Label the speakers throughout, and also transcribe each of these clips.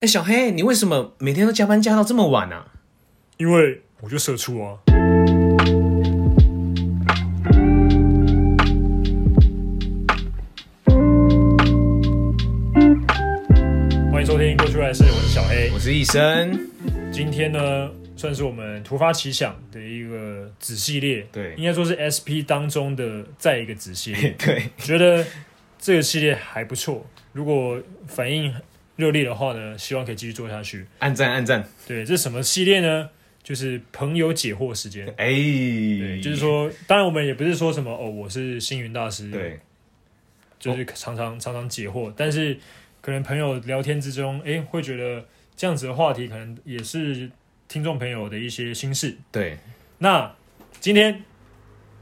Speaker 1: 哎，小黑，你为什么每天都加班加到这么晚啊？
Speaker 2: 因为我就社畜啊。欢迎收听《过去来世》，我是小黑
Speaker 1: 我。是医生，
Speaker 2: 今天呢，算是我们突发奇想的一个子系列，
Speaker 1: 对
Speaker 2: 应该说是 SP 当中的再一个子系列。
Speaker 1: 对，
Speaker 2: 觉得这个系列还不错，如果反应热烈的话呢，希望可以继续做下去。
Speaker 1: 按赞按赞，
Speaker 2: 对，这是什么系列呢？就是朋友解惑时间。
Speaker 1: 哎，
Speaker 2: 对，就是说，当然我们也不是说什么哦，我是星云大师，，
Speaker 1: 对，哦
Speaker 2: 就是常常常常解惑，但是可能朋友聊天之中，诶，会觉得这样子的话题可能也是听众朋友的一些心事。
Speaker 1: 对，
Speaker 2: 那今天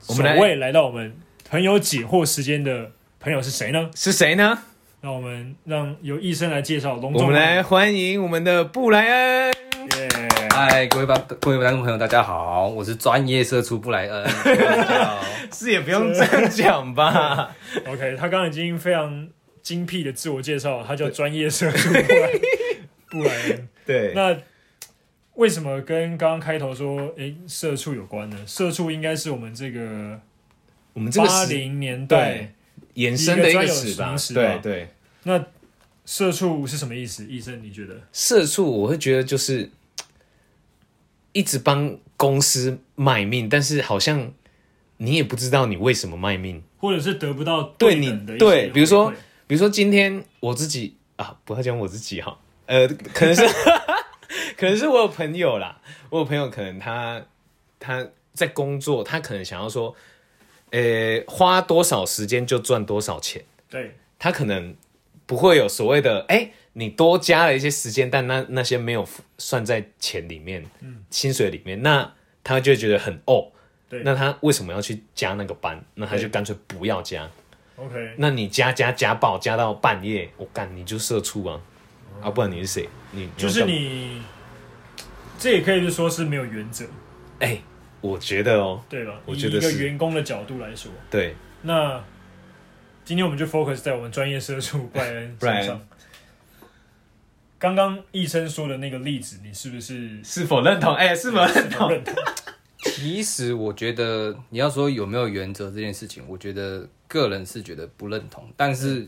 Speaker 1: 我们来
Speaker 2: 首位来到我们朋友解惑时间的朋友是谁呢？
Speaker 1: 是谁呢？
Speaker 2: 让我们让由医生来介绍，隆重
Speaker 1: 我们来欢迎我们的布莱恩。
Speaker 2: 耶
Speaker 3: 嗨，各位观各位观众朋友，大家好，我是专业社畜布莱恩。 大家好
Speaker 1: 是也不用这样讲吧？
Speaker 2: OK，他刚刚已经非常精辟的自我介绍，他叫专业社畜布 莱布莱恩。
Speaker 1: 对，
Speaker 2: 那为什么跟刚刚开头说，诶，社畜有关呢？社畜应该是我们这个
Speaker 1: 我们这个
Speaker 2: 八
Speaker 1: 是
Speaker 2: 零年代，
Speaker 1: 衍生的一
Speaker 2: 一
Speaker 1: 个
Speaker 2: 个专有
Speaker 1: 词吧
Speaker 2: 名？词
Speaker 1: 对
Speaker 2: 吧
Speaker 1: 对，
Speaker 2: 那社畜是什么意思？医生，你觉得？
Speaker 1: 社畜我会觉得就是一直帮公司卖命，但是好像你也不知道你为什么卖命。
Speaker 2: 或者是得不到
Speaker 1: 对你
Speaker 2: 等的一些
Speaker 1: 对比如说
Speaker 2: 回馈
Speaker 1: 比如说今天我自己啊，不要讲我自己哈，呃，可能是 可能是我有朋友啦，我有朋友可能他他在工作，他可能想要说，呃，花多少时间就赚多少钱，
Speaker 2: 对
Speaker 1: 他可能不会有所谓的哎、你多加了一些时间，但那那些没有算在钱里面，薪水里面，那他就会觉得很哦。
Speaker 2: 嗯对
Speaker 1: 那他为什么要去加那个班？那他就
Speaker 2: 对
Speaker 1: 干脆不要加。
Speaker 2: OK，
Speaker 1: 那你加加加爆加到半夜，我干你就社畜啊！啊，不然你是谁？你
Speaker 2: 就是，你，这也可以说是没有原则，
Speaker 1: 要干嘛哎、我觉得哦，
Speaker 2: 对吧？
Speaker 1: 我觉得
Speaker 2: 以一个
Speaker 1: 是
Speaker 2: 员工的角度来说，
Speaker 1: 对，
Speaker 2: 那今天我们就 focus 在我们专业社畜拜恩身
Speaker 1: Brian
Speaker 2: 上。刚刚医生说的那个例子，你是不是
Speaker 1: 是否认同？哎、是否认
Speaker 2: 否？认同？
Speaker 3: 其实我觉得你要说有没有原则这件事情，我觉得个人是觉得不认同。但是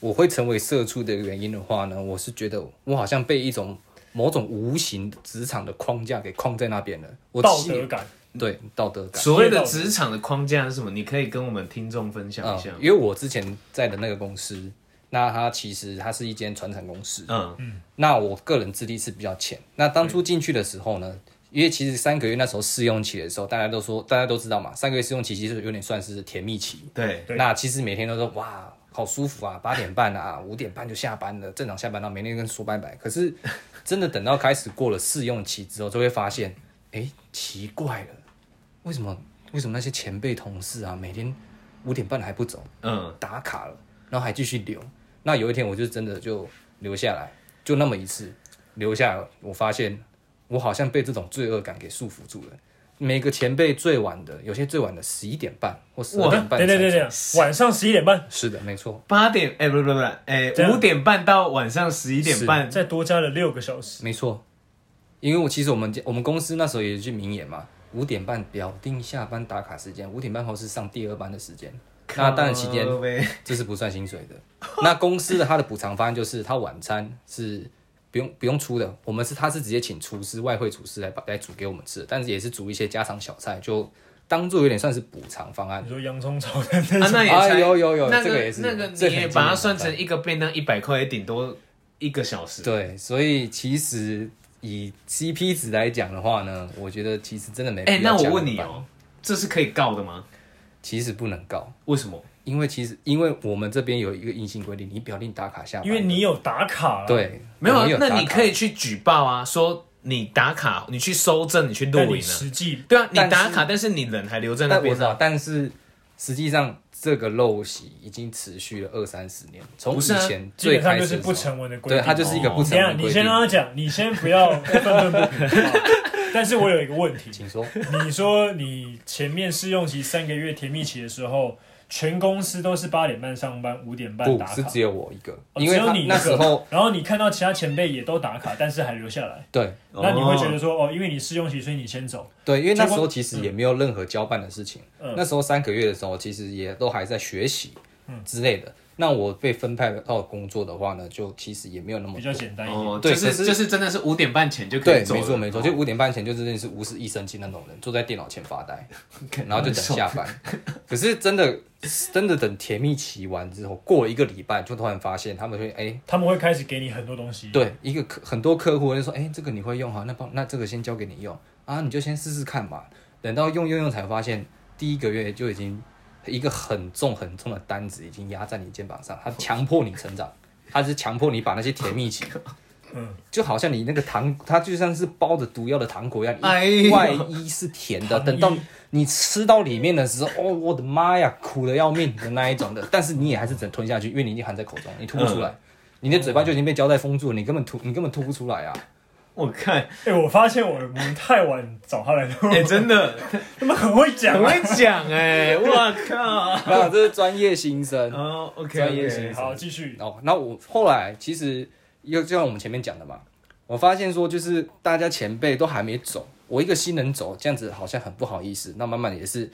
Speaker 3: 我会成为社畜的原因的话呢，我是觉得我好像被一种某种无形职场的框架给框在那边了。我
Speaker 2: 道
Speaker 3: 心里
Speaker 2: 德感，
Speaker 3: 对道德 感。
Speaker 1: 所谓的职场的框架是什么？你可以跟我们听众分享
Speaker 3: 嗯
Speaker 1: 一下，。
Speaker 3: 因为我之前在的那个公司，那它其实它是一间传产公司，
Speaker 1: 嗯，
Speaker 3: 那我个人资历是比较浅。那当初进去的时候呢，因为其实三个月那时候试用期的时候，大家都说大家都知道嘛，三个月试用期其实有点算是甜蜜期。
Speaker 1: 对，
Speaker 2: 对
Speaker 3: 那其实每天都说哇，好舒服啊，八点半啊，五点半就下班了，正常下班到每天跟说拜拜。可是真的等到开始过了试用期之后，就会发现，哎、奇怪了，为什么为什么那些前辈同事啊，每天五点半还不走？
Speaker 1: 嗯，
Speaker 3: 打卡了，然后还继续留。那有一天我就真的就留下来，就那么一次留下来，我发现我好像被这种罪恶感给束缚住了。每个前辈最晚的，有些最晚的十一点半或十二点半。
Speaker 2: 对对对对，晚上十一点半
Speaker 3: 是的，没错，
Speaker 1: 八点，哎、不不不，哎、
Speaker 2: 这样
Speaker 1: 五点半到晚上十一点半，
Speaker 2: 再多加了六个小时，
Speaker 3: 没错。因为我其实我们我们公司那时候有一句名言嘛，五点半表定下班打卡时间，五点半后是上第二班的时间。
Speaker 1: 啊
Speaker 3: 那当然期间
Speaker 1: 靠呗
Speaker 3: 这是不算薪水的。那公司的它的补偿方案就是，它晚餐是不用不用出的，我们是它是直接请厨师、外汇厨师来把来煮给我们吃的，但是也是煮一些家常小菜，就当做有点算是补偿方案
Speaker 2: 你。说洋葱炒蛋那
Speaker 1: 啊，那也
Speaker 3: 啊
Speaker 1: 才
Speaker 3: 有有有
Speaker 1: 那
Speaker 3: 这个也是
Speaker 1: 那个
Speaker 3: 这
Speaker 1: 你
Speaker 3: 个
Speaker 1: 也
Speaker 3: 很
Speaker 1: 把它
Speaker 3: 经
Speaker 1: 算
Speaker 3: 典
Speaker 1: 成一个便当一百块，也顶多一个小时。
Speaker 3: 对，所以其实以 CP 值来讲的话呢，我觉得其实真的没必
Speaker 1: 哎、
Speaker 3: 要
Speaker 1: 那我
Speaker 3: 加
Speaker 1: 问
Speaker 3: 那么
Speaker 1: 你
Speaker 3: 半
Speaker 1: 哦、这是可以告的吗？
Speaker 3: 其实不能告，
Speaker 1: 为什么？
Speaker 3: 因为其实因为我们这边有一个硬性规定，你表定打卡下班，
Speaker 2: 因为你有打卡了，，
Speaker 3: 对
Speaker 1: 没有
Speaker 3: 我
Speaker 1: 啊
Speaker 3: 们，
Speaker 1: 那
Speaker 3: 打
Speaker 1: 你
Speaker 3: 卡
Speaker 1: 可以去举报啊，说你打卡，你去收证，你去录
Speaker 2: 但
Speaker 1: 影
Speaker 2: 你
Speaker 1: 啊。
Speaker 2: 实际
Speaker 1: 对啊，你
Speaker 3: 但是
Speaker 1: 打卡，但是你人还留在那
Speaker 3: 但我
Speaker 1: 边
Speaker 3: 知
Speaker 1: 啊。
Speaker 3: 道，但是实际上这个陋习已经持续了二三十年，从
Speaker 1: 不
Speaker 3: 以
Speaker 1: 是啊
Speaker 3: 前
Speaker 2: 基
Speaker 3: 最
Speaker 2: 本上
Speaker 3: 开
Speaker 2: 就
Speaker 3: 始
Speaker 2: 是
Speaker 3: 的
Speaker 2: 不
Speaker 3: 时候
Speaker 2: 成文的规定。哦
Speaker 3: 对，它就是一个不
Speaker 2: 等
Speaker 3: 成
Speaker 2: 一下
Speaker 3: 文
Speaker 2: 你
Speaker 3: 规
Speaker 2: 先
Speaker 3: 定。
Speaker 2: 让他讲，你先不 要愤愤不平。好不好但是我有一个问题，
Speaker 3: 请说，
Speaker 2: 你说你前面试用期三个月甜蜜期的时候，全公司都是八点半上班，五点半
Speaker 3: 不
Speaker 2: 打卡
Speaker 3: 是，只有我一个，
Speaker 2: 哦
Speaker 3: 因为
Speaker 2: 只有
Speaker 3: 他
Speaker 2: 你一
Speaker 3: 那
Speaker 2: 个
Speaker 3: 时候，
Speaker 2: 然后你看到其他前辈也都打卡，但是还留下来，
Speaker 3: 对
Speaker 2: 那你会觉得
Speaker 1: 哦
Speaker 2: 说哦，因为你试用期，所以你先走。
Speaker 3: 对，因为那
Speaker 2: 结
Speaker 3: 时
Speaker 2: 果
Speaker 3: 候其实也没有任何交办的事情，
Speaker 2: 嗯
Speaker 3: 那时候三个月的时候，其实也都还在学习
Speaker 2: 嗯
Speaker 3: 之类的。那我被分派到工作的话呢，就其实也没有那么
Speaker 2: 比较简单一点。
Speaker 1: 哦，
Speaker 3: 对
Speaker 1: 就是
Speaker 3: 可是
Speaker 1: 就是真的是五点半前就可
Speaker 3: 对
Speaker 1: 以，走了，
Speaker 3: 没错没错，
Speaker 1: 哦
Speaker 3: 就五点半前就真的是无事一身轻那种人，坐在电脑前 发呆，然后就等下班。可是真的真的等甜蜜期完之后，过了一个礼拜，就突然发现他们会哎、
Speaker 2: 他们会开始给你很多东西，，
Speaker 3: 对，一个客很多客户就说，哎、这个你会用哈，那帮那这个先交给你用啊，你就先试试看嘛。等到用用用才发现，第一个月就已经一个很重很重的单子已经压在你肩膀上，他强迫你成长，他是强迫你把那些甜蜜期，
Speaker 2: 嗯，
Speaker 3: 就好像你那个糖，它就像是包着毒药的糖果一样，
Speaker 1: 哎
Speaker 3: 一
Speaker 1: 呦
Speaker 3: 外衣是甜的，
Speaker 2: 糖
Speaker 3: 等到
Speaker 2: 衣
Speaker 3: 你吃到里面的时候，哦，我的妈呀，苦的要命的那一种的，但是你也还是只能吞下去，因为你已经含在口中，你吐不出来。你的嘴巴就已经被胶带封住了，你根本吐，你根本吐不出来啊！
Speaker 1: 我 看，
Speaker 2: 哎、我发现我们太晚找他 来录，
Speaker 1: 哎、真的
Speaker 2: 他们很会讲、
Speaker 1: 很
Speaker 2: 啊。
Speaker 1: 会讲哎、我靠，
Speaker 3: 没有，这是专业新生
Speaker 1: 哦，OK，
Speaker 3: 专业型
Speaker 2: 好，继续。
Speaker 3: 哦。那我后来其实又就像我们前面讲的嘛，我发现说就是大家前辈都还没走，我一个新人走，这样子好像很不好意思。那慢慢也是，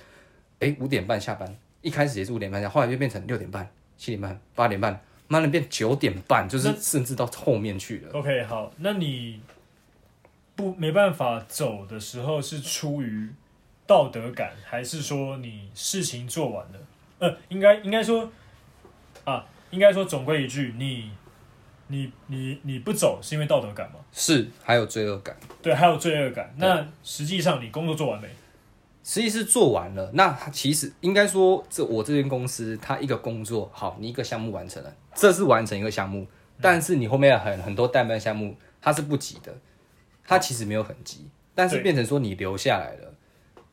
Speaker 3: 哎，五点半下班，一开始也是五点半下，后来就变成六点半、七点半、八点半，慢慢变九点半，就是
Speaker 2: 那
Speaker 3: 甚至到后面去了。
Speaker 2: OK，好，那你不没办法走的时候是出于道德感，还是说你事情做完了？呃，应该应该说啊，应该说总归一句，你你你你不走是因为道德感嘛？
Speaker 3: 是，还有罪恶感。
Speaker 2: 对，还有罪恶感。那实际上你工作做完没？
Speaker 3: 实际是做完了，那其实应该说，这我这间公司，它一个工作好，你一个项目完成了，这是完成一个项目，但是你后面很很多代办项目，它是不急的，它其实没有很急，但是
Speaker 2: 对
Speaker 3: 变成说你留下来了，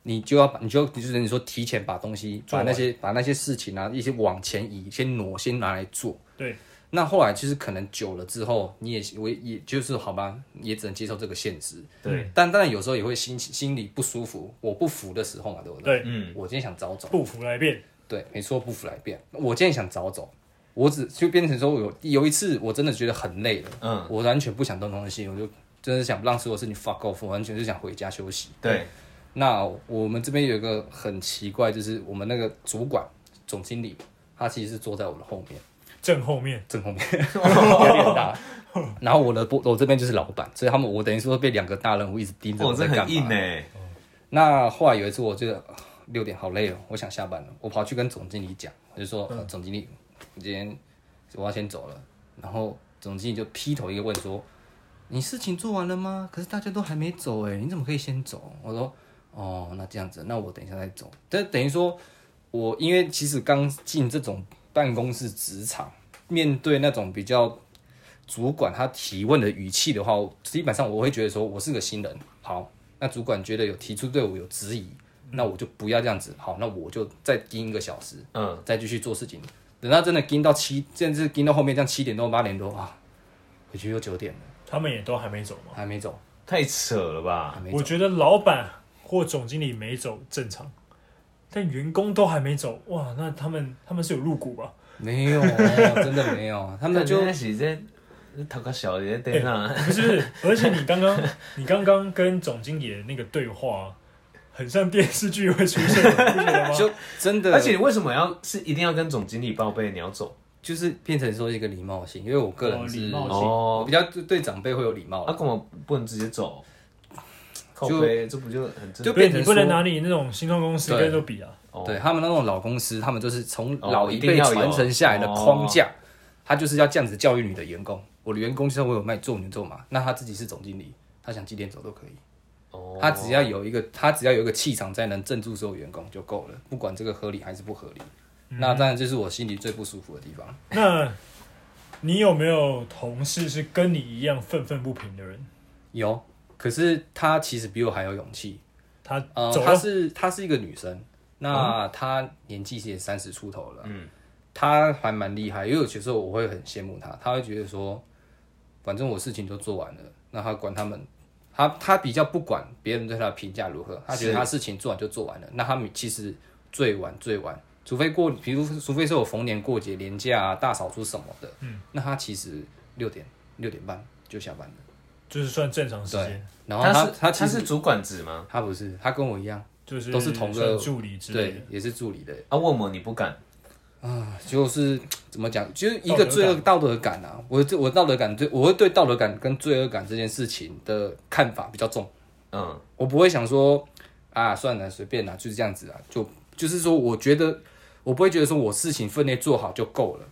Speaker 3: 你就要把你就就是你说提前把东西
Speaker 2: 做
Speaker 3: 把
Speaker 2: 完
Speaker 3: 那些把那些事情啊一些往前移，先挪先拿来做，
Speaker 2: 对，
Speaker 3: 那后来就是可能久了之后，你也我也就是好吧，也只能接受这个现实，
Speaker 1: 对，
Speaker 3: 但当然有时候也会心心里不舒服，我不服的时候嘛，对不对？
Speaker 2: 对，
Speaker 1: 嗯，
Speaker 3: 我今天想早走，
Speaker 2: 不服来辩。
Speaker 3: 对，没错，不服来辩。我今天想早走，我只就变成说我有有一次我真的觉得很累了，
Speaker 1: 嗯，
Speaker 3: 我完全不想动东西，我就真的想让所有事情 fuck off，我完全就想回家休息。
Speaker 1: 对，
Speaker 3: 那我们这边有一个很奇怪，就是我们那个主管总经理，他其实是坐在我的后面，
Speaker 2: 正后面，
Speaker 3: 正后面有点 大。然后我的我这边就是老板，所以他们我等于说被两个大人物一直盯着
Speaker 1: 我
Speaker 3: 我
Speaker 1: 这
Speaker 3: 在干
Speaker 1: 很
Speaker 3: 嘛
Speaker 1: 硬。哎、
Speaker 3: 那后来有一次，我觉得六点好累哦，我想下班了，我跑去跟总经理讲，我就说、呃总经理，我今天我要先走了。然后总经理就劈头一个问说：“你事情做完了吗？可是大家都还没走哎，你怎么可以先走？”我说：“哦，那这样子，那我等一下再走。”但等于说，我因为其实刚进这种办公室职场，面对那种比较主管他提问的语气的话，我基本上我会觉得说我是个新人。好，那主管觉得有提出对我有质疑，那我就不要这样子。好，那我就再盯一个小时，
Speaker 1: 嗯，
Speaker 3: 再继续做事情。等到真的盯到七，甚至盯到后面这样七点多八点多啊，回去又九点了，
Speaker 2: 他们也都还没走嘛。
Speaker 3: 还没走，
Speaker 1: 太扯了吧
Speaker 3: 还？没
Speaker 2: 我
Speaker 3: 走。
Speaker 2: 觉得老板或总经理没走正常，但员工都还没走，哇，那他们他们是有入股吧？
Speaker 3: 没有，真的没有，他们就
Speaker 1: 那是在头壳小的在那，
Speaker 2: 不是，而且你刚刚你刚刚跟总经理的那个对话，很像电视剧会出现的，你不觉得吗？
Speaker 3: 就真的，
Speaker 1: 而且你为什么要是一定要跟总经理报备你要走？
Speaker 3: 就是变成说一个礼貌性，因为我个
Speaker 2: 哦
Speaker 3: 人
Speaker 2: 礼
Speaker 3: 是，
Speaker 2: 貌
Speaker 1: 性
Speaker 3: 我比较对对长辈会有礼貌
Speaker 1: 他
Speaker 3: 啦，
Speaker 1: 干嘛不能直接走？靠
Speaker 3: 就
Speaker 1: 背，这不就很正
Speaker 2: 对
Speaker 3: 就变成
Speaker 2: 你不能
Speaker 3: 说
Speaker 2: 拿你那种新创公司
Speaker 3: 对
Speaker 2: 跟都比啊。
Speaker 1: 哦
Speaker 3: 对他们那种老公司，他们就是从
Speaker 1: 哦
Speaker 3: 老
Speaker 1: 一
Speaker 3: 一
Speaker 1: 定
Speaker 3: 辈
Speaker 1: 要有哦
Speaker 3: 传承下来的框架，他就是要这样子教育你的员工。我的员工就是我有卖做牛做马，那他自己是总经理，他想几点走都可以。
Speaker 1: 哦
Speaker 3: 他只要有一个，他只要有一个气场在，能镇住所有员工就够了，不管这个合理还是不合理。
Speaker 1: 嗯
Speaker 3: 那当然就是我心里最不舒服的地方。
Speaker 2: 那你有没有同事是跟你一样愤愤不平的人？
Speaker 3: 有，可是他其实比我还有勇气。
Speaker 2: 他
Speaker 3: 呃，
Speaker 2: 走嗯
Speaker 3: 她
Speaker 2: 了，
Speaker 3: 是她是一个女生，那她年纪也三十出头了，
Speaker 1: 嗯，
Speaker 3: 她还蛮厉害，因为有些时候我会很羡慕她，她会觉得说，反正我事情都做完了，那她管他们，她她比较不管别人对她的评价如何，她觉得
Speaker 1: 是
Speaker 3: 她事情做完就做完了，那她其实最晚最晚除非过，比如除非是有逢年过节、年假、啊、大扫除什么的，嗯，那他其实六点六点半就下班了，
Speaker 2: 就是算正常时
Speaker 3: 对
Speaker 2: 间，。
Speaker 3: 然后他
Speaker 1: 是
Speaker 3: 他
Speaker 1: 他
Speaker 3: 其实
Speaker 1: 是主管职吗？
Speaker 3: 他不是，他跟我一样，
Speaker 2: 就是
Speaker 3: 都是同
Speaker 2: 算
Speaker 3: 个
Speaker 2: 助理之类的
Speaker 3: 对，，也是助理的
Speaker 1: 啊，为什么你不敢？
Speaker 3: 啊，就是怎么讲，就是一个罪恶道德感啊。我这我道德感对，我会对道德感跟罪恶感这件事情的看法比较重，
Speaker 1: 嗯，
Speaker 3: 我不会想说啊，算了，随便啦，就是这样子啊，就就是说，我觉得我不会觉得说我事情分内做好就够了，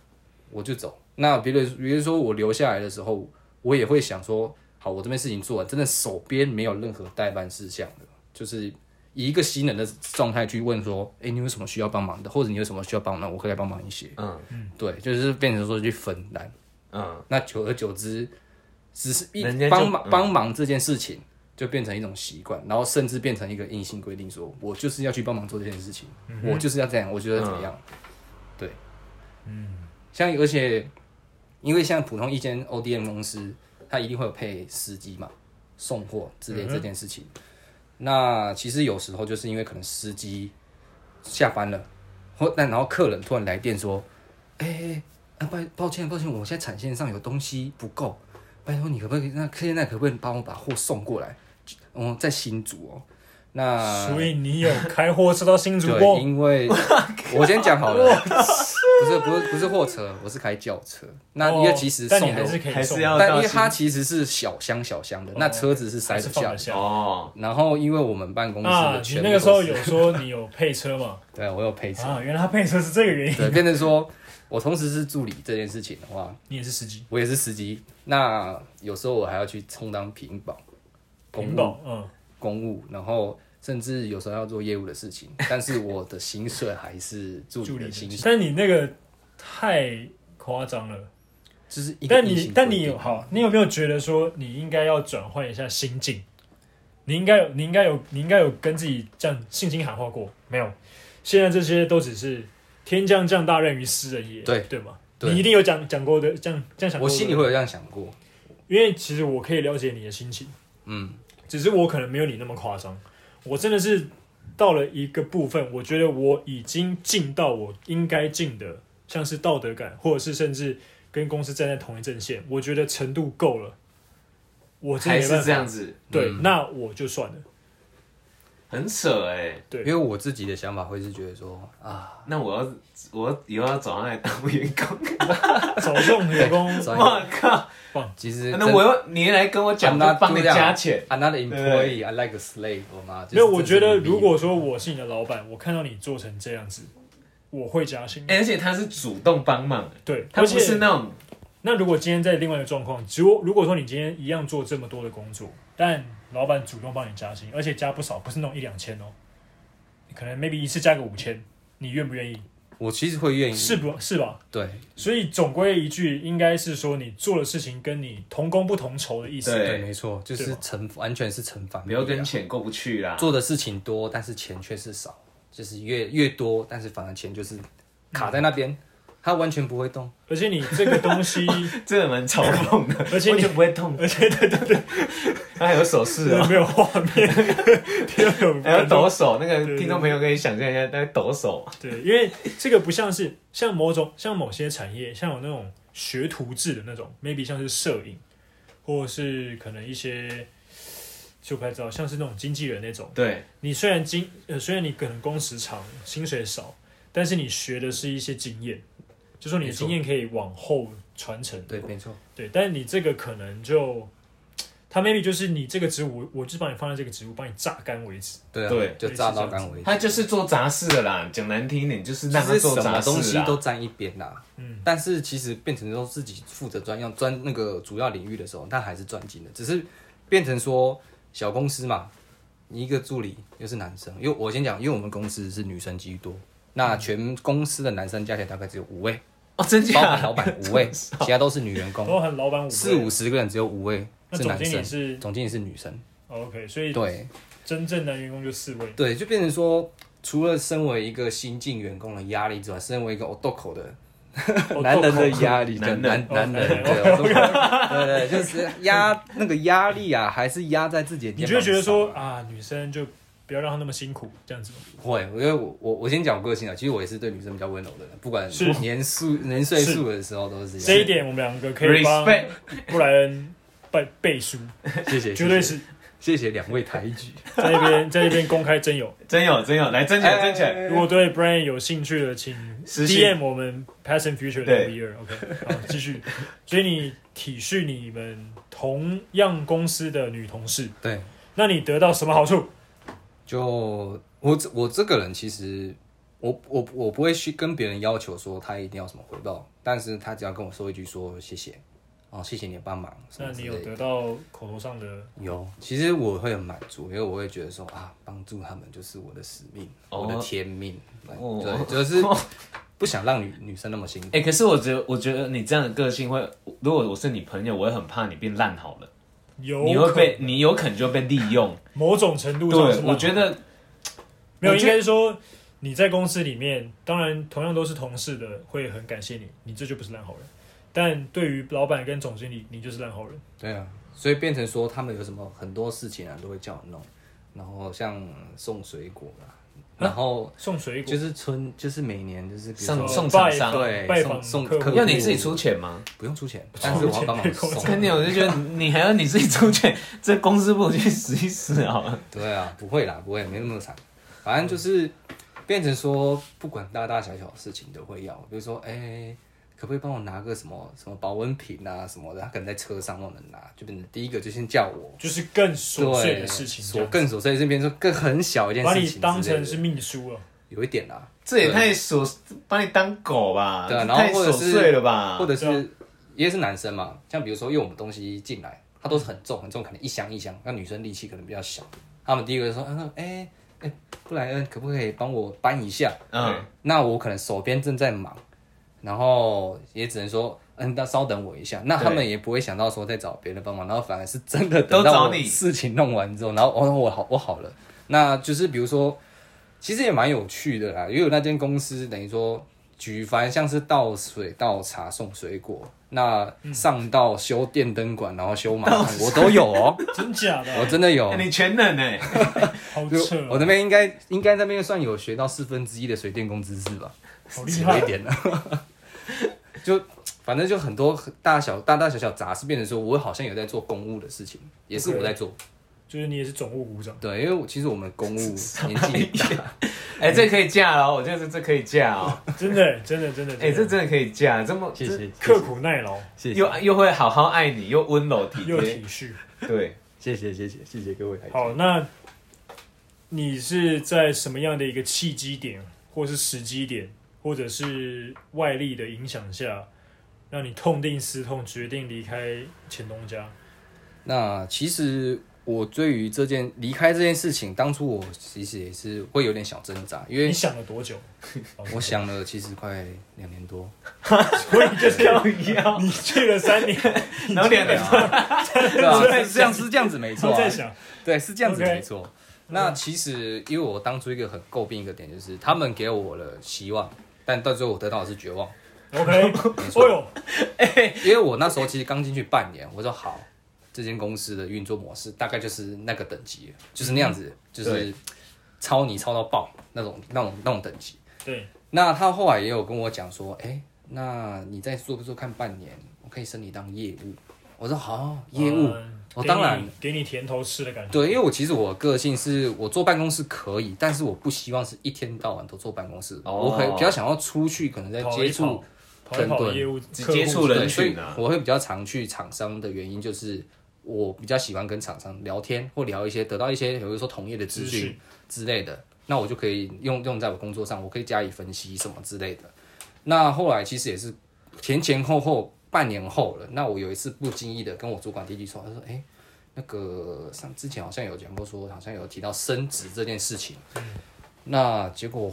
Speaker 3: 我就走。那别人比如说我留下来的时候，我也会想说，好，我这边事情做完，真的手边没有任何代办事项的，就是以一个新人的状态去问说，哎、你有什么需要帮忙的，或者你有什么需要帮忙的，我可以来帮忙一些。
Speaker 1: 嗯
Speaker 3: 对，就是变成说去分担。
Speaker 1: 嗯，
Speaker 3: 那久而久之，只是一
Speaker 1: 人家就
Speaker 3: 帮忙
Speaker 1: 嗯
Speaker 3: 帮忙这件事情，就变成一种习惯，然后甚至变成一个硬性规定说，我就是要去帮忙做这件事情，
Speaker 1: 嗯
Speaker 3: 我就是要这样，我觉得怎么样？对，嗯，像而且因为像普通一间 ODM 公司，它一定会有配司机嘛，送货之
Speaker 1: 嗯
Speaker 3: 类这件事情。那其实有时候就是因为可能司机下班了，或那然后客人突然来电说，哎、欸，啊抱抱歉抱歉，我现在产线上有东西不够，拜托你可不可以那现在可不可以帮我把货送过来？哦，在新竹哦，那
Speaker 2: 所以你有开货车到新竹
Speaker 3: 对，
Speaker 2: 过？
Speaker 3: 因为我先讲好了，不是不是不是货车，我是开轿车。那因为其实
Speaker 2: 哦但你
Speaker 3: 送
Speaker 2: 还
Speaker 3: 的，
Speaker 2: 是可以
Speaker 1: 还是
Speaker 2: 送，
Speaker 1: 要
Speaker 3: 但因
Speaker 1: 到
Speaker 3: 为
Speaker 1: 新
Speaker 3: 它其实是小箱小箱的，那车子是
Speaker 2: 哦
Speaker 3: 塞
Speaker 2: 还是
Speaker 3: 得
Speaker 2: 放
Speaker 3: 下
Speaker 2: 得
Speaker 3: 的。
Speaker 2: 下。
Speaker 1: 哦，
Speaker 3: 然后因为我们办公室
Speaker 2: 啊
Speaker 3: 的，
Speaker 2: 你
Speaker 3: 全部
Speaker 2: 那个时候
Speaker 3: 都是
Speaker 2: 有说你有配车 嘛？
Speaker 3: 对我有配车，
Speaker 2: 啊，原来他配车是这个原因。
Speaker 3: 对，变成说我同时是助理这件事情的话，
Speaker 2: 你也是司机，
Speaker 3: 我也是司机。那有时候我还要去充当屏保，公
Speaker 2: 屏
Speaker 3: 务
Speaker 2: 保，嗯，
Speaker 3: 公务，然后甚至有时候要做业务的事情，但是我的薪水还是助
Speaker 2: 助
Speaker 3: 理
Speaker 2: 理
Speaker 3: 的薪
Speaker 2: 司机
Speaker 3: 水。。
Speaker 2: 但你那个太夸张了。
Speaker 3: 就是一个
Speaker 2: 但
Speaker 3: 硬
Speaker 2: 你
Speaker 3: 性
Speaker 2: 但
Speaker 3: 规
Speaker 2: 你
Speaker 3: 定
Speaker 2: 有好，你有没有觉得说你应该要转换一下心境？你应该有，你应该有，你应该有跟自己这样信心喊话过没有？现在这些都只是天将降大任于斯人也，
Speaker 3: 对
Speaker 2: 对吗？
Speaker 3: 对
Speaker 2: 你一定有讲讲过的，这样这样想过
Speaker 3: 我
Speaker 2: 的
Speaker 3: 心里会有这样想过，
Speaker 2: 因为其实我可以了解你的心情，
Speaker 3: 嗯，
Speaker 2: 只是我可能没有你那么夸张。我真的是到了一个部分，我觉得我已经尽到我应该尽的，像是道德感，或者是甚至跟公司站在同一阵线，我觉得程度够了。我真的
Speaker 1: 还
Speaker 2: 没办
Speaker 1: 是
Speaker 2: 法
Speaker 1: 这样子，
Speaker 2: 对，
Speaker 3: 嗯
Speaker 2: 那我就算了。
Speaker 1: 很扯哎、
Speaker 2: 对
Speaker 3: 因为我自己的想法会是觉得说啊，
Speaker 1: 那我要我要以后要找他来当员工，
Speaker 2: 找这种员工，
Speaker 3: 专业
Speaker 1: 我靠！
Speaker 3: 其实
Speaker 1: 那我要你来跟我讲，
Speaker 3: 讲
Speaker 1: 就帮你加钱。
Speaker 3: ，another
Speaker 1: 对
Speaker 3: employee I like a slave 嘛，就是
Speaker 2: 没有，我觉
Speaker 3: 这
Speaker 2: 得
Speaker 3: 种
Speaker 2: 如果说我是你的老板，我看到你做成这样子，我会加薪。
Speaker 1: 欸而且他是主动帮忙，
Speaker 2: 对，
Speaker 1: 他
Speaker 2: 而
Speaker 1: 不
Speaker 2: 且
Speaker 1: 是那种
Speaker 2: 那如果今天在另外一个状况，只有如果说你今天一样做这么多的工作，但老板主动帮你加薪，而且加不少，不是那种一两千哦，可能 maybe 一次加个五千，你愿不愿意？
Speaker 3: 我其实会愿意，
Speaker 2: 是不是吧？
Speaker 3: 对，
Speaker 2: 所以总归一句，应该是说你做的事情跟你同工不同酬的意思。
Speaker 1: 对
Speaker 3: 对，没错，就
Speaker 2: 对
Speaker 3: 是
Speaker 2: 吧
Speaker 3: 成完全是成反比啊
Speaker 1: 留跟钱过不去啦。
Speaker 3: 做的事情多，但是钱却是少，就是越越多，但是反而钱就是卡在那边，它完全不会动，
Speaker 2: 而且你这个东西，
Speaker 1: 这个蛮嘲讽的，
Speaker 2: 而且
Speaker 1: 完
Speaker 2: 你
Speaker 1: 全不会痛，
Speaker 2: 而且对对对，
Speaker 1: 他还有手势哦，
Speaker 2: 没有画面，没有
Speaker 1: 还有抖手。那
Speaker 2: 对
Speaker 1: 个
Speaker 2: 对
Speaker 1: 听众朋友可以想象一下，他在抖手。
Speaker 2: 对，因为这个不像是像某种像某些产业，像有那种学徒制的那种，maybe 像是摄影，或者是可能一些就不太知道，像是那种经纪人那种。
Speaker 1: 对，
Speaker 2: 你虽然经呃虽然你可能工时长，薪水少，但是你学的是一些经验，就说你的
Speaker 3: 没错
Speaker 2: 经验可以往后传承。
Speaker 3: 对，没错，
Speaker 2: 对，但是你这个可能就。他 maybe 就是你这个职务，我我就把你放在这个职务，帮你榨干为止。
Speaker 3: 对啊，
Speaker 1: 对
Speaker 3: 就炸到干为止。
Speaker 1: 他就是做杂事的啦。讲难听一点，就是让
Speaker 3: 其
Speaker 1: 他
Speaker 3: 实
Speaker 1: 做
Speaker 3: 什
Speaker 1: 杂
Speaker 3: 么东
Speaker 1: 事啊
Speaker 3: 西
Speaker 1: 啦。
Speaker 3: 都沾一边啦，
Speaker 2: 嗯
Speaker 3: 但是其实变成说自己负责专要专那个主要领域的时候，他还是专精的，只是变成说小公司嘛，你一个助理又是男生，因为我先讲，因为我们公司是女生居多，那全公司的男生加起来大概只有五位，
Speaker 1: 哦，真
Speaker 3: 包
Speaker 1: 假
Speaker 3: 含？老 板五位，其他都是女员工，
Speaker 2: 包含老板五
Speaker 3: 哦四
Speaker 2: 位
Speaker 3: 五十个人只有五位
Speaker 2: 那
Speaker 3: 是
Speaker 2: 总
Speaker 3: 男
Speaker 2: 经理
Speaker 3: 生，
Speaker 2: 是哦
Speaker 3: 总经理是女生，
Speaker 2: OK，所以
Speaker 3: 对，
Speaker 2: 真正男员工就 四位。
Speaker 3: 对，就变成说，除了身为一个新进员工的压力之外，身为一个 o d o k o 的
Speaker 2: 哦
Speaker 3: 男人的压力，
Speaker 1: 男人
Speaker 3: 男男人，
Speaker 2: OK，OK
Speaker 3: 对 otoko 对对，就是压那个压力啊，还是压在自己的
Speaker 2: 你
Speaker 3: 肩膀上。
Speaker 2: 就会觉得说啊，女生就不要让她那么辛苦，这样子吗？
Speaker 3: 会，因为我我我先讲我个性啊，其实我也是对女生比较温柔的人，不管
Speaker 2: 是
Speaker 3: 年数年岁数的时候都是
Speaker 2: 这
Speaker 3: 这
Speaker 2: 一
Speaker 3: 样。
Speaker 2: 点我们两个可以帮
Speaker 1: respect，哎
Speaker 2: 布莱恩背背书，
Speaker 3: 谢谢，
Speaker 2: 绝对
Speaker 3: 谢
Speaker 2: 是
Speaker 3: 谢谢谢两位抬举。
Speaker 2: 在 那边在那边公开真有。
Speaker 1: 真有真有，来真起来真起来，
Speaker 2: 如果对 Brian 有兴趣的，请
Speaker 1: 私信
Speaker 2: DM 我们 Past and Future 的
Speaker 1: 对
Speaker 2: V 二。OK，好，继续。所以你体恤你们同样公司的女同事，
Speaker 3: 对，
Speaker 2: 那你得到什么好处？
Speaker 3: 就我这我这个人其实我我我不会去跟别人要求说他一定要什么回报，但是他只要跟我说一句说谢谢，哦谢谢你的帮忙，什
Speaker 2: 那
Speaker 3: 么之
Speaker 2: 你
Speaker 3: 类
Speaker 2: 有
Speaker 3: 的
Speaker 2: 得到口头上的
Speaker 3: 有，其实我会很满足，因为我会觉得说啊，帮助他们就是我的使命，
Speaker 1: 哦
Speaker 3: 我的天命。
Speaker 1: 哦
Speaker 3: 对，就是不想让女女生那么辛苦。
Speaker 1: 哎、可是我觉得，我觉得你这样的个性会，如果我是你朋友，我会很怕你变烂好了，
Speaker 2: 有
Speaker 1: 你会
Speaker 2: 可
Speaker 1: 被，你有可能就被利用。
Speaker 2: 某种程度上
Speaker 1: 对
Speaker 2: 是，
Speaker 1: 我
Speaker 2: 蛮
Speaker 1: 觉得
Speaker 2: 没有，
Speaker 1: 我
Speaker 2: 应
Speaker 1: 觉得
Speaker 2: 该是说你在公司里面，当然同样都是同事的，会很感谢你，你这就不是烂好人。但对于老板跟总经理，你就是烂好人。
Speaker 3: 对啊，所以变成说他们有什么很多事情啊，都会叫我弄，然后像送水果啦，
Speaker 2: 啊
Speaker 3: 然后
Speaker 2: 送水果，
Speaker 3: 就是春，就是每年就是比如
Speaker 1: 上
Speaker 3: 说
Speaker 1: 送
Speaker 2: 拜
Speaker 1: 厂商
Speaker 3: 对
Speaker 2: 拜
Speaker 3: 送
Speaker 2: 访
Speaker 3: 送
Speaker 2: 客
Speaker 3: 客
Speaker 2: 户
Speaker 3: 户
Speaker 1: 要你自己出钱吗？
Speaker 3: 不用出钱，但是我要帮忙送。
Speaker 1: 肯 定，我就觉得你还要你自己出钱， 这公司不如去死一死好了。
Speaker 3: 对啊，不会啦，不会，没那么惨。反正就是变成说，不管大大小小的事情都会要，比如说，哎、可不可以帮我拿个什么什么保温瓶啊什么的？他可能在车上忘了拿，就变成第一个就先叫我。
Speaker 2: 就是更琐碎的
Speaker 3: 对
Speaker 2: 事情，这
Speaker 3: 琐
Speaker 2: 样
Speaker 3: 更琐碎，这变成说更很小一件
Speaker 2: 把
Speaker 3: 事
Speaker 2: 你
Speaker 3: 情，
Speaker 2: 当成是秘书了。
Speaker 3: 有一点啦，
Speaker 1: 这也
Speaker 3: 对
Speaker 1: 太琐，把你当狗吧？
Speaker 3: 对啊
Speaker 1: 这
Speaker 3: 然后
Speaker 1: 太
Speaker 3: 或者
Speaker 1: 琐
Speaker 3: 是
Speaker 1: 碎了吧？
Speaker 3: 或者是
Speaker 2: 对
Speaker 3: 因为是男生嘛，像比如说，因为我们东西进来，它都是很重很重，可能一箱一箱。那女生力气可能比较小，他们第一个就说，嗯，哎、哎、布莱恩可不可以帮我搬一下？
Speaker 1: 嗯，
Speaker 3: 那我可能手边正在忙，然后也只能说，嗯，那稍等我一下。那他们也不会想到说再找别人帮忙，然后反而是真的等
Speaker 1: 都找
Speaker 3: 到我
Speaker 1: 你
Speaker 3: 事情弄完之后，然后哦，我好，我好了。那就是比如说，其实也蛮有趣的啦，因为我那间公司等于说举凡像是倒水、倒茶、送水果，那上到修电灯管，然后修马桶，我都有哦，
Speaker 2: 真假的
Speaker 3: 我
Speaker 2: 啊，
Speaker 3: 真的有
Speaker 1: 哎。你全能哎、
Speaker 2: 好
Speaker 3: 就
Speaker 2: 扯
Speaker 3: 我
Speaker 2: 啊，
Speaker 3: 那边应该应该那边算有学到四分之一的水电工知识吧。
Speaker 2: 好厉
Speaker 3: 有
Speaker 2: 害
Speaker 3: 一。点了， 就反正就很多大小大大小小杂事，变成说我好像有在做公务的事情，也是我在做。
Speaker 2: 就是你也是总务股长，
Speaker 3: 对，因为我其实我们公 务年纪也大，
Speaker 1: 哎、这可以嫁了哦，我觉得这这可以嫁哦。
Speaker 2: 真的，真的，真的，
Speaker 1: 哎、这
Speaker 2: 真的
Speaker 1: 真的可以嫁，这么
Speaker 3: 谢谢
Speaker 2: 刻苦耐劳
Speaker 1: 这
Speaker 3: 谢谢
Speaker 1: 又又会好好爱你，又温柔体
Speaker 2: 又
Speaker 1: 贴
Speaker 2: 体，恤。
Speaker 1: 对。
Speaker 3: 谢谢谢谢谢谢各位。
Speaker 2: 好，那你是在什么样的一个契机点，或是时机点，或者是外力的影响下，让你痛定思痛，决定离开前东家？
Speaker 3: 那其实我对于这件离开这件事情，当初我其实也是会有点小挣扎，因
Speaker 2: 你
Speaker 3: 为
Speaker 2: 想了多久？
Speaker 3: 我想了其实快两年多。
Speaker 2: 所以就是要
Speaker 1: 一样，
Speaker 2: 你去了三年，
Speaker 1: 然后两个
Speaker 3: 对啊，是这样是这样子没错、
Speaker 2: 我
Speaker 3: 啊
Speaker 2: 在。 想，
Speaker 3: 对，是这样子
Speaker 2: OK
Speaker 3: 没错。那其实因为我当初一个很诟病一个点，就是他们给我了希望，但到最后我得到的是绝望。
Speaker 2: OK，哦哟，
Speaker 3: 因为我那时候其实刚进去半年，我说好，这间公司的运作模式大概就是那个等级了，就是那样子，
Speaker 2: 嗯
Speaker 3: 就是
Speaker 1: 对
Speaker 3: 超你超到爆那种那种那种等级。
Speaker 2: 对，
Speaker 3: 那他后来也有跟我讲说，哎、那你再做不做看半年，我可以升你当业务。我说好，业务。
Speaker 2: 嗯
Speaker 3: 我
Speaker 2: 给
Speaker 3: 当
Speaker 2: 你
Speaker 3: 然
Speaker 2: 给你甜头吃的感觉，
Speaker 3: 对，因为我其实我个性是我坐办公室可以，但是我不希望是一天到晚都坐办公室，
Speaker 1: 哦
Speaker 3: 我很比较想要出去，可能在
Speaker 2: 跑
Speaker 3: 接
Speaker 2: 一
Speaker 3: 触
Speaker 2: 跑，跑一
Speaker 3: 整
Speaker 2: 跑
Speaker 3: 顿
Speaker 2: 业务
Speaker 1: 只
Speaker 2: 客户
Speaker 1: 接触
Speaker 3: 对，
Speaker 1: 人
Speaker 3: 所以
Speaker 1: 群啊
Speaker 3: 我会比较常去厂商的原因就是我比较喜欢跟厂商聊天或聊一些得到一些，比如说同业的资
Speaker 2: 资
Speaker 3: 讯
Speaker 2: 讯，
Speaker 3: 之类的，那我就可以用用在我工作上，我可以加以分析什么之类的。那后来其实也是前前后后半年后了，那我有一次不经意的跟我主管弟弟说，他说：“哎、那个上之前好像有讲过说，好像有提到升职这件事情。那结果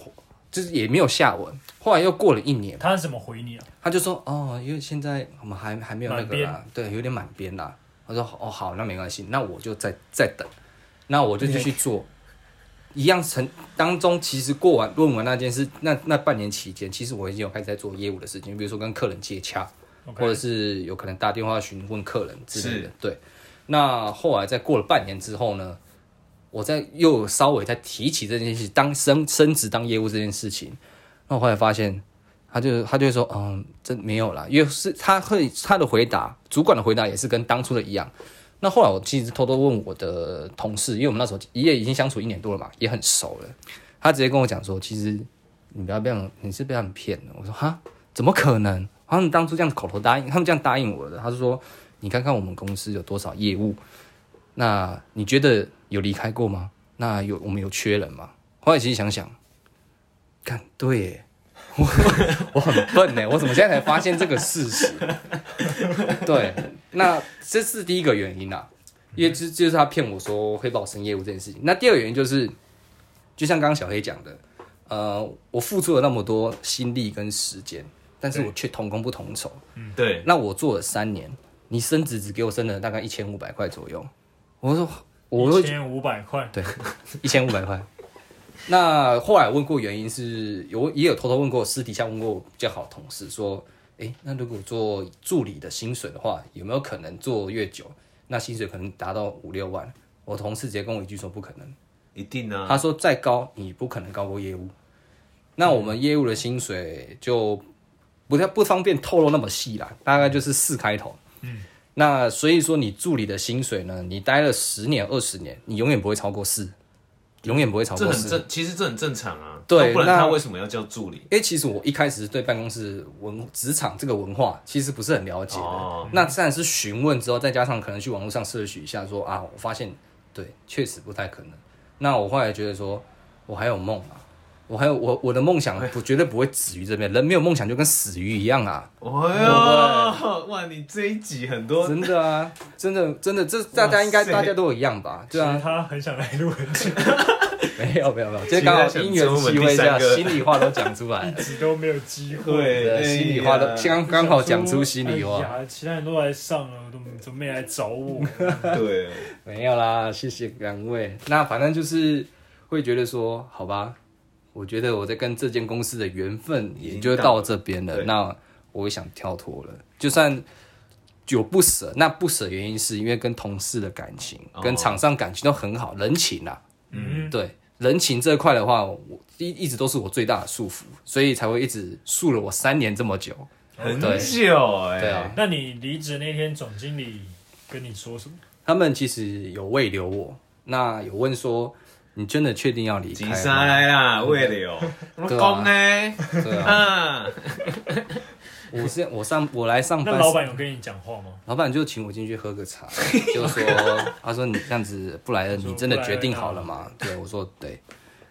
Speaker 3: 就是也没有下文。后来又过了一年，
Speaker 2: 他怎么回你啊？
Speaker 3: 他就说：“哦，因为现在我们还还没有那个啦，对，有点满编啦。”我说：“哦，好，那没关系，那我就再再等，那我就继续做。”一样成当中，其实过完论文那件事，那那半年期间，其实我已经有开始在做业务的事情，比如说跟客人接洽
Speaker 2: OK
Speaker 3: 或者是有可能打电话询问客人之类的
Speaker 1: 是。
Speaker 3: 对，那后来在过了半年之后呢，我在又有稍微在提起这件事，当升升职当业务这件事情，那我后来发现，他就他就会说，嗯，这没有啦，因为是他会他的回答，主管的回答也是跟当初的一样。那后来我其实偷偷问我的同事，因为我们那时候一夜已经相处一年多了嘛，也很熟了。他直接跟我讲说，其实你不要被他们，你是被他们骗的。我说哈，怎么可能？他们当初这样口头答应，他们这样答应我的。他是说，你看看我们公司有多少业务，那你觉得有离开过吗？那有我们有缺人吗？后来其实想想，看对耶， 我我很笨呢，我怎么现在才发现这个事实？ 对，那这是第一个原因啦、因为这这就是他骗我说黑宝生业务这件事情。那第二个原因就是，就像刚刚小黑讲的，呃，我付出了那么多心力跟时间，但是我却同工不同酬。
Speaker 1: 对，
Speaker 3: 那我做了三年，你升职只给我升了大概一千五百块左右，我说我
Speaker 2: 一
Speaker 3: 都
Speaker 2: 千五百块，
Speaker 3: 一千五百块。那后来问过原因是有也有偷偷问过，私底下问过比较好的同事说，诶，那如果做助理的薪水的话，有没有可能做越久，那薪水可能达到五六万？我同事直接跟我一句说不可能，
Speaker 1: 一定啊，
Speaker 3: 他说再高你不可能高过业务。那我们业务的薪水就不太不方便透露那么细啦，大概就是四开头。嗯，那所以说你助理的薪水呢，你待了十年二十年，你永远不会超过四，永远不会超
Speaker 1: 这
Speaker 3: 过
Speaker 1: 很
Speaker 3: 四。
Speaker 1: 正，其实这很正常啊。
Speaker 3: 对
Speaker 1: 要不然
Speaker 3: 那
Speaker 1: 他为什么要叫助理？
Speaker 3: 因为其实我一开始对办公室文职场这个文化其实不是很了解的，
Speaker 1: 哦
Speaker 3: 那自然是询问之后，再加上可能去网络上 search 一下说啊，我发现对，确实不太可能。那我后来觉得说，我还有梦啊，我还有我我的梦想不绝对不会止于这边，人没有梦想就跟死鱼一样啊，
Speaker 1: 哦哟，哇，你这一集很多
Speaker 3: 真的啊，真的真的，这大家应该
Speaker 1: 哇塞
Speaker 3: 大家都一样吧？对
Speaker 2: 其
Speaker 3: 啊
Speaker 2: 实，他很想来录 很久，
Speaker 3: 没有没有没有，这刚好因缘际会下，心里话都讲出来了
Speaker 2: 一，直都没有机会。
Speaker 1: 对
Speaker 3: 对，心里话都
Speaker 1: 哎呀
Speaker 3: 刚刚好讲出心里话。
Speaker 2: 哎呀其他人都来上了，都怎么没来找我？
Speaker 1: 对，
Speaker 3: 没有啦，谢谢两位。那反正就是会觉得说，好吧，我觉得我在跟这间公司的缘分也就到这边了。
Speaker 1: 对
Speaker 3: 那我也想跳脱了，就算有不舍，那不舍原因是因为跟同事的感情、
Speaker 1: 哦
Speaker 3: 跟厂商感情都很好，人情啊，
Speaker 2: 嗯，
Speaker 3: 对人情这一块的话，我一一直都是我最大的束缚，所以才会一直束了我三年这么久。
Speaker 1: 很
Speaker 3: 对
Speaker 1: 久哎、
Speaker 3: 对啊，
Speaker 2: 那你离职那天，总经理跟你说什么？
Speaker 3: 他们其实有未留我，那有问说。你真的确定要离开
Speaker 1: 急
Speaker 3: 吗？
Speaker 1: 啥来啦？为了哟，我讲呢，
Speaker 3: 对啊，
Speaker 1: 啊，
Speaker 3: 我是我上我来上
Speaker 2: 那
Speaker 3: 班，
Speaker 2: 老板有跟你讲话吗？
Speaker 3: 老板就请我进去喝个茶，就 说他说你这样子布莱恩，
Speaker 2: 说
Speaker 3: 你真的
Speaker 2: 布莱恩
Speaker 3: 决定好了吗？对我说对，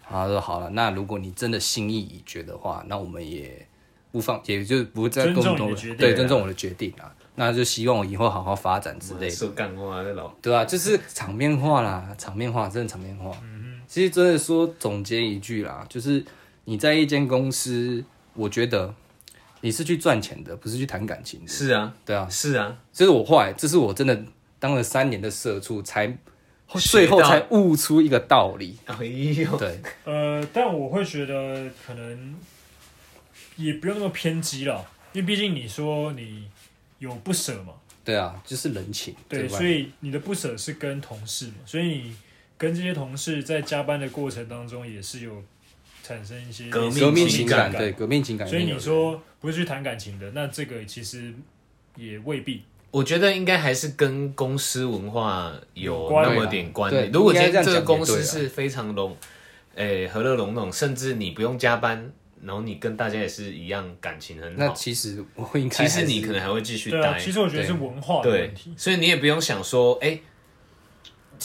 Speaker 3: 然后他说好了，那如果你真的心意已决的话，那我们也不放，也就不再
Speaker 2: 尊重
Speaker 3: 动不动
Speaker 2: 你的决定
Speaker 3: 对
Speaker 1: 啊
Speaker 3: 尊重我的决定啊，那就希望我以后好好发展之类的。
Speaker 1: 说干话那老，
Speaker 3: 对啊，就是场面话啦，场面话，真的场面话。
Speaker 2: 嗯
Speaker 3: 其实真的说总结一句啦，就是你在一间公司，我觉得你是去赚钱的，不是去谈感情的。
Speaker 1: 是啊，
Speaker 3: 对啊，
Speaker 1: 是啊，
Speaker 3: 这是我后来，这是我真的当了三年的社畜，才
Speaker 1: 学
Speaker 3: 最
Speaker 1: 到
Speaker 3: 后才悟出一个道 理。
Speaker 1: 哎呦，
Speaker 3: 对，
Speaker 2: 呃，但我会觉得可能也不用那么偏激了，因为毕竟你说你有不舍嘛，
Speaker 3: 对啊，就是人情这
Speaker 2: 对，
Speaker 3: 一块。
Speaker 2: 所以你的不舍是跟同事嘛，所以你跟这些同事在加班的过程当中也是有产生一些
Speaker 1: 革
Speaker 3: 革命
Speaker 1: 情
Speaker 3: 情
Speaker 1: 感
Speaker 3: 感，对，革命情感。
Speaker 2: 所以你说不是去谈感情的，那这个其实也未必。
Speaker 1: 我觉得应该还是跟公司文化有
Speaker 2: 关
Speaker 1: 那
Speaker 2: 啊
Speaker 1: 么点关
Speaker 3: 对
Speaker 1: 联。如果今天
Speaker 3: 应该这
Speaker 1: 这
Speaker 3: 样
Speaker 1: 个
Speaker 3: 讲
Speaker 1: 公
Speaker 3: 也
Speaker 1: 司
Speaker 3: 对啊
Speaker 1: 是非常融，诶、和乐融融，甚至你不用加班，然后你跟大家也是一样感情很
Speaker 3: 那
Speaker 1: 好，
Speaker 3: 其实我应该
Speaker 1: 其
Speaker 3: 还
Speaker 1: 实
Speaker 3: 是
Speaker 1: 你可能还会继续
Speaker 2: 对啊，
Speaker 1: 待。
Speaker 2: 其实我觉得是文化的
Speaker 1: 对
Speaker 2: 问题，。
Speaker 1: 所以你也不用想说，哎、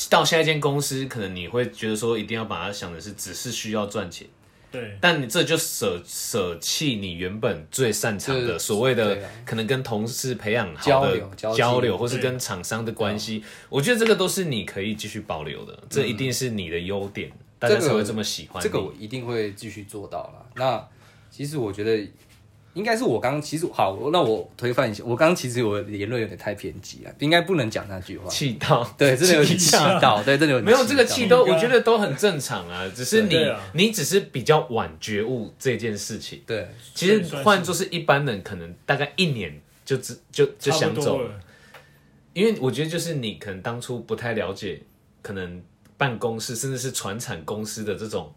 Speaker 1: 到下一间公司，可能你会觉得说，一定要把它想的是只是需要赚钱，
Speaker 2: 对，
Speaker 1: 但你这就舍舍弃你原本最擅长
Speaker 3: 就
Speaker 1: 的
Speaker 3: 是
Speaker 1: 所谓的
Speaker 3: 对啊
Speaker 1: 可能跟同事培养好
Speaker 3: 交
Speaker 1: 的
Speaker 3: 流交际
Speaker 1: 交流，或是
Speaker 2: 对
Speaker 1: 跟厂商的关系，我觉得这个都是你可以继续保留的，这一定是你的优点，大家
Speaker 3: 嗯这个
Speaker 1: 才会这么喜欢你。
Speaker 3: 这个我一定会继续做到啦。那其实我觉得应该是我刚其实好，那我推翻一下，我刚其实我的言论有点太偏激了，应该不能讲那句话。
Speaker 1: 气到
Speaker 3: 对，真的有点
Speaker 2: 气
Speaker 3: 气到，对，真的有点
Speaker 1: 没有这个
Speaker 3: 到
Speaker 1: 气都，
Speaker 2: 应该
Speaker 1: 我觉得都很正常啊，只是你
Speaker 2: 对啊
Speaker 1: 你只是比较晚觉悟这件事情。
Speaker 3: 对，
Speaker 1: 其实换做是一般人，可能大概一年就只就就
Speaker 2: 差
Speaker 1: 想
Speaker 2: 不
Speaker 1: 走
Speaker 2: 多
Speaker 1: 了，
Speaker 2: 了。
Speaker 1: 因为我觉得就是你可能当初不太了解，可能办公室，甚至是船产公司的这种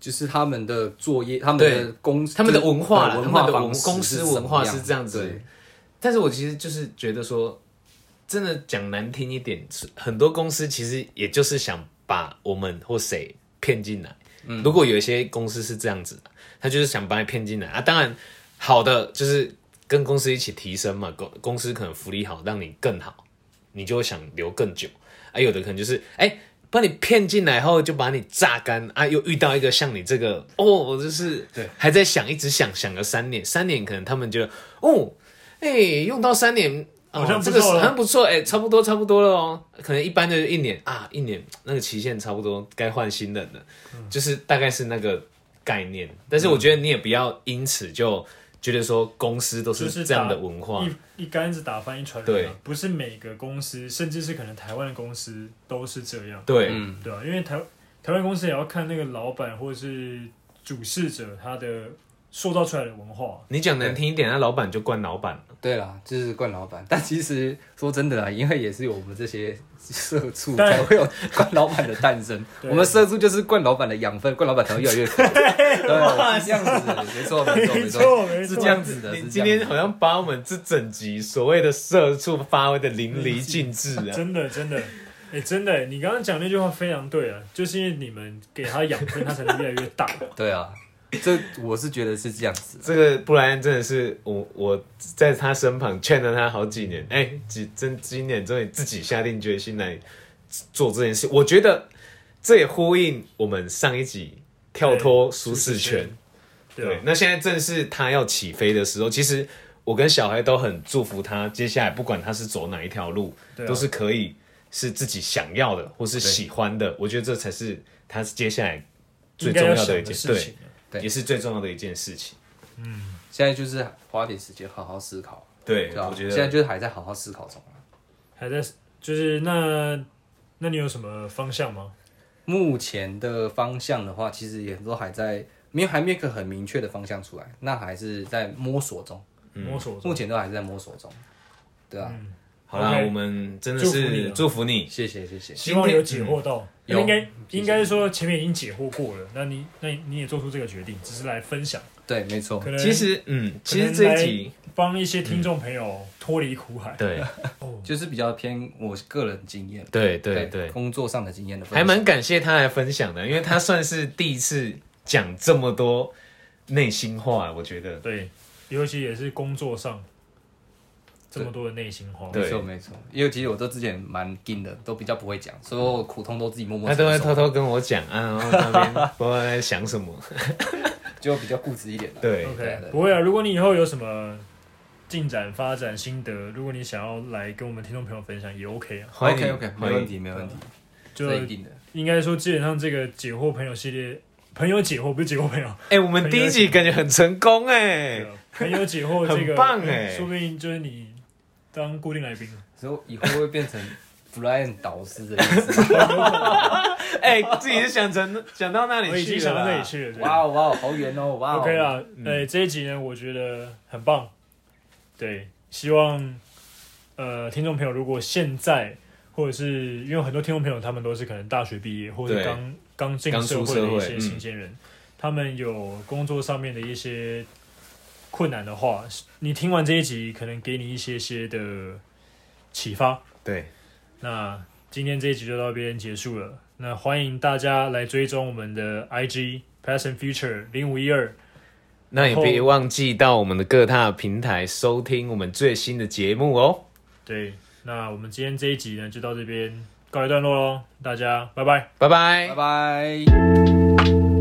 Speaker 3: 就是他们的作业，他们的
Speaker 1: 对
Speaker 3: 公，
Speaker 1: 他们的文化啦
Speaker 3: 文
Speaker 1: 他们的
Speaker 3: 方
Speaker 1: 文
Speaker 3: 式
Speaker 1: 公
Speaker 3: 是
Speaker 1: 司
Speaker 3: 什么
Speaker 1: 文化是
Speaker 3: 样
Speaker 1: 这样子
Speaker 3: 对
Speaker 1: 但是我其实就是觉得说，真的讲难听一点，是很多公司其实也就是想把我们或谁骗进来。如果有一些公司是这样子的，他就是想把你骗进来啊。当然，好的就是跟公司一起提升嘛，公公司可能福利好，让你更好，你就会想留更久。啊，有的可能就是哎。把你骗进来后，就把你榨干啊！又遇到一个像你这个哦，我就是
Speaker 3: 对，
Speaker 1: 还在想，一直想，想个三年，三年可能他们就哦，哎、用到三年，哦、
Speaker 2: 好像不
Speaker 1: 这个
Speaker 2: 错了
Speaker 1: 好像不错，哎、差不多差不多了哦。可能一般的一年啊，一年那个期限差不多，该换新人了，
Speaker 2: 嗯
Speaker 1: 就是大概是那个概念。但是我觉得你也不要因此就觉得说公司都
Speaker 2: 就是是
Speaker 1: 这样的
Speaker 2: 打
Speaker 1: 文化，
Speaker 2: 一一竿子打翻一船人、
Speaker 1: 对
Speaker 2: 啊，不是每个公司，甚至是可能台湾的公司都是这样，
Speaker 1: 对、
Speaker 3: 嗯，
Speaker 2: 对啊，因为台台湾公司也要看那个老板或是主事者他的塑造出来的文化，
Speaker 1: 你讲难听一点，那老板就惯老板了，
Speaker 3: 对啦，就是惯老板。但 其实说真的啦，因为也是有我们这些社畜
Speaker 2: 对
Speaker 3: 才会有惯老板的诞 生。
Speaker 2: 对
Speaker 3: 我们社畜就是惯老板的养分，惯 老板才会越来越好。对，是这样子的，没错，没错，没错，
Speaker 2: 错没
Speaker 3: 是
Speaker 2: 错
Speaker 3: 这样子的。
Speaker 1: 你
Speaker 3: 是
Speaker 1: 今
Speaker 3: 这
Speaker 1: 天
Speaker 3: 样子
Speaker 1: 好
Speaker 3: 的
Speaker 1: 像把我们这整集所谓的社畜发挥的淋漓尽致 啊！
Speaker 2: 真的真的， 哎、真的、你刚刚讲那句话非常对啊，就是因为你们给他养分，他才能越来越大。
Speaker 3: 对啊，这我是觉得是这样子的。
Speaker 1: 这个布莱恩真的是我，我在他身旁劝了他好几年，哎、几真今年终于自己下定决心来做这件事。我觉得这也呼应我们上一集跳脱舒适圈。
Speaker 2: 对
Speaker 1: 对
Speaker 2: 啊，，
Speaker 1: 那现在正是他要起飞的时候。其实我跟小孩都很祝福他，接下来不管他是走哪一条路，
Speaker 2: 对啊
Speaker 1: 都是可以是自己想要的或是喜欢的。我觉得这才是他接下来最
Speaker 2: 应
Speaker 1: 重
Speaker 2: 该要
Speaker 1: 要的一
Speaker 2: 想
Speaker 1: 件
Speaker 2: 的
Speaker 1: 事
Speaker 2: 事
Speaker 1: 情
Speaker 2: 情，啊。
Speaker 1: 对，
Speaker 3: 对
Speaker 1: 也是最重要的一件事情。
Speaker 3: 现在就是花点时间好好思考，
Speaker 1: 对，
Speaker 2: 啊
Speaker 3: 对吧啊
Speaker 1: 我？觉得
Speaker 3: 现在就是还在好好思考中啊。
Speaker 2: 还在就是那，那你有什么方向吗？
Speaker 3: 目前的方向的话，其实也都还在没有还没有一个很明确的方向出来，那还是在摸索中，
Speaker 2: 摸索中
Speaker 3: 目前都还是在摸索中。对啊，
Speaker 1: 好啦
Speaker 2: OK，
Speaker 1: 我们真的
Speaker 2: 祝福你
Speaker 1: 是
Speaker 2: 了
Speaker 1: 祝福你。
Speaker 3: 谢谢谢谢。
Speaker 2: 希望有解惑到，
Speaker 3: 有
Speaker 2: 应该应该说前面已经解惑过了，那你那你也做出这个决定，只是来分享，
Speaker 3: 对，没错
Speaker 2: 可，能
Speaker 1: 其实，嗯，其实这一集，
Speaker 2: 帮一些听众朋友脱离苦海。
Speaker 1: 对
Speaker 3: 就是比较偏我个人经验，
Speaker 1: 对对对，
Speaker 3: 工作上的经验的分享，
Speaker 1: 还蛮感谢他来分享的，因为他算是第一次讲这么多内心话，我觉得。
Speaker 2: 对，尤其也是工作上这么多的内心话。
Speaker 1: 对
Speaker 3: 没错没错，因为其实我都之前蛮硬的，都比较不会讲，所以我苦痛都自己默默
Speaker 1: 他都会偷
Speaker 3: 承受，
Speaker 1: 偷跟我讲啊，然后那 边不知道在想什么。
Speaker 3: 就比较固执一点的。
Speaker 1: 对，
Speaker 3: 对
Speaker 2: OK，
Speaker 3: 对
Speaker 2: 不会啊。如果你以后有什么进展、发展心得，如果你想要来跟我们听众朋友分享，也 OK 啊。
Speaker 1: 欢迎
Speaker 3: ，OK OK，没
Speaker 1: 欢
Speaker 3: 问
Speaker 1: 迎。
Speaker 3: 题没问题，
Speaker 2: 就
Speaker 3: 这一定的。
Speaker 2: 应该说，基本上这个解惑朋友系列，朋友解惑不是解惑朋友，
Speaker 1: 哎，我们第一集感觉很成功哎，
Speaker 2: 朋友解惑这个
Speaker 1: 很棒欸
Speaker 2: 说不定就是你当固定来宾。
Speaker 3: 所以我以后会变成 Brian 导师的意 思。
Speaker 1: 哎，自己是想成想到那
Speaker 2: 我
Speaker 1: 里
Speaker 2: 已
Speaker 1: 去
Speaker 2: 经
Speaker 1: 了
Speaker 2: 想到
Speaker 1: 啦。
Speaker 2: 那里去了。对
Speaker 3: 哇哦哇哦，好远哦，哇哦。
Speaker 2: OK 啦，
Speaker 1: 嗯
Speaker 2: 呃，这一集呢，我觉得很棒。对，希望呃，听众朋友如果现在或者是因为很多听众朋友他们都是可能大学毕业或者
Speaker 1: 对
Speaker 2: 刚刚进
Speaker 1: 刚
Speaker 2: 社
Speaker 1: 出
Speaker 2: 会
Speaker 1: 社
Speaker 2: 的一
Speaker 1: 会
Speaker 2: 些
Speaker 1: 嗯
Speaker 2: 新鲜人，他们有工作上面的一些困难的话，你听完这一集可能给你一些些的启发。
Speaker 1: 对，
Speaker 2: 那今天这一集就到这边结束了。那欢迎大家来追踪我们的 IG Past and Future 零五一二。
Speaker 1: 那也
Speaker 2: 然后
Speaker 1: 别忘记到我们的各大平台收听我们最新的节目哦。
Speaker 2: 对，那我们今天这一集呢，就到这边告一段落喽，大家拜拜。
Speaker 1: 拜拜
Speaker 3: 拜。拜。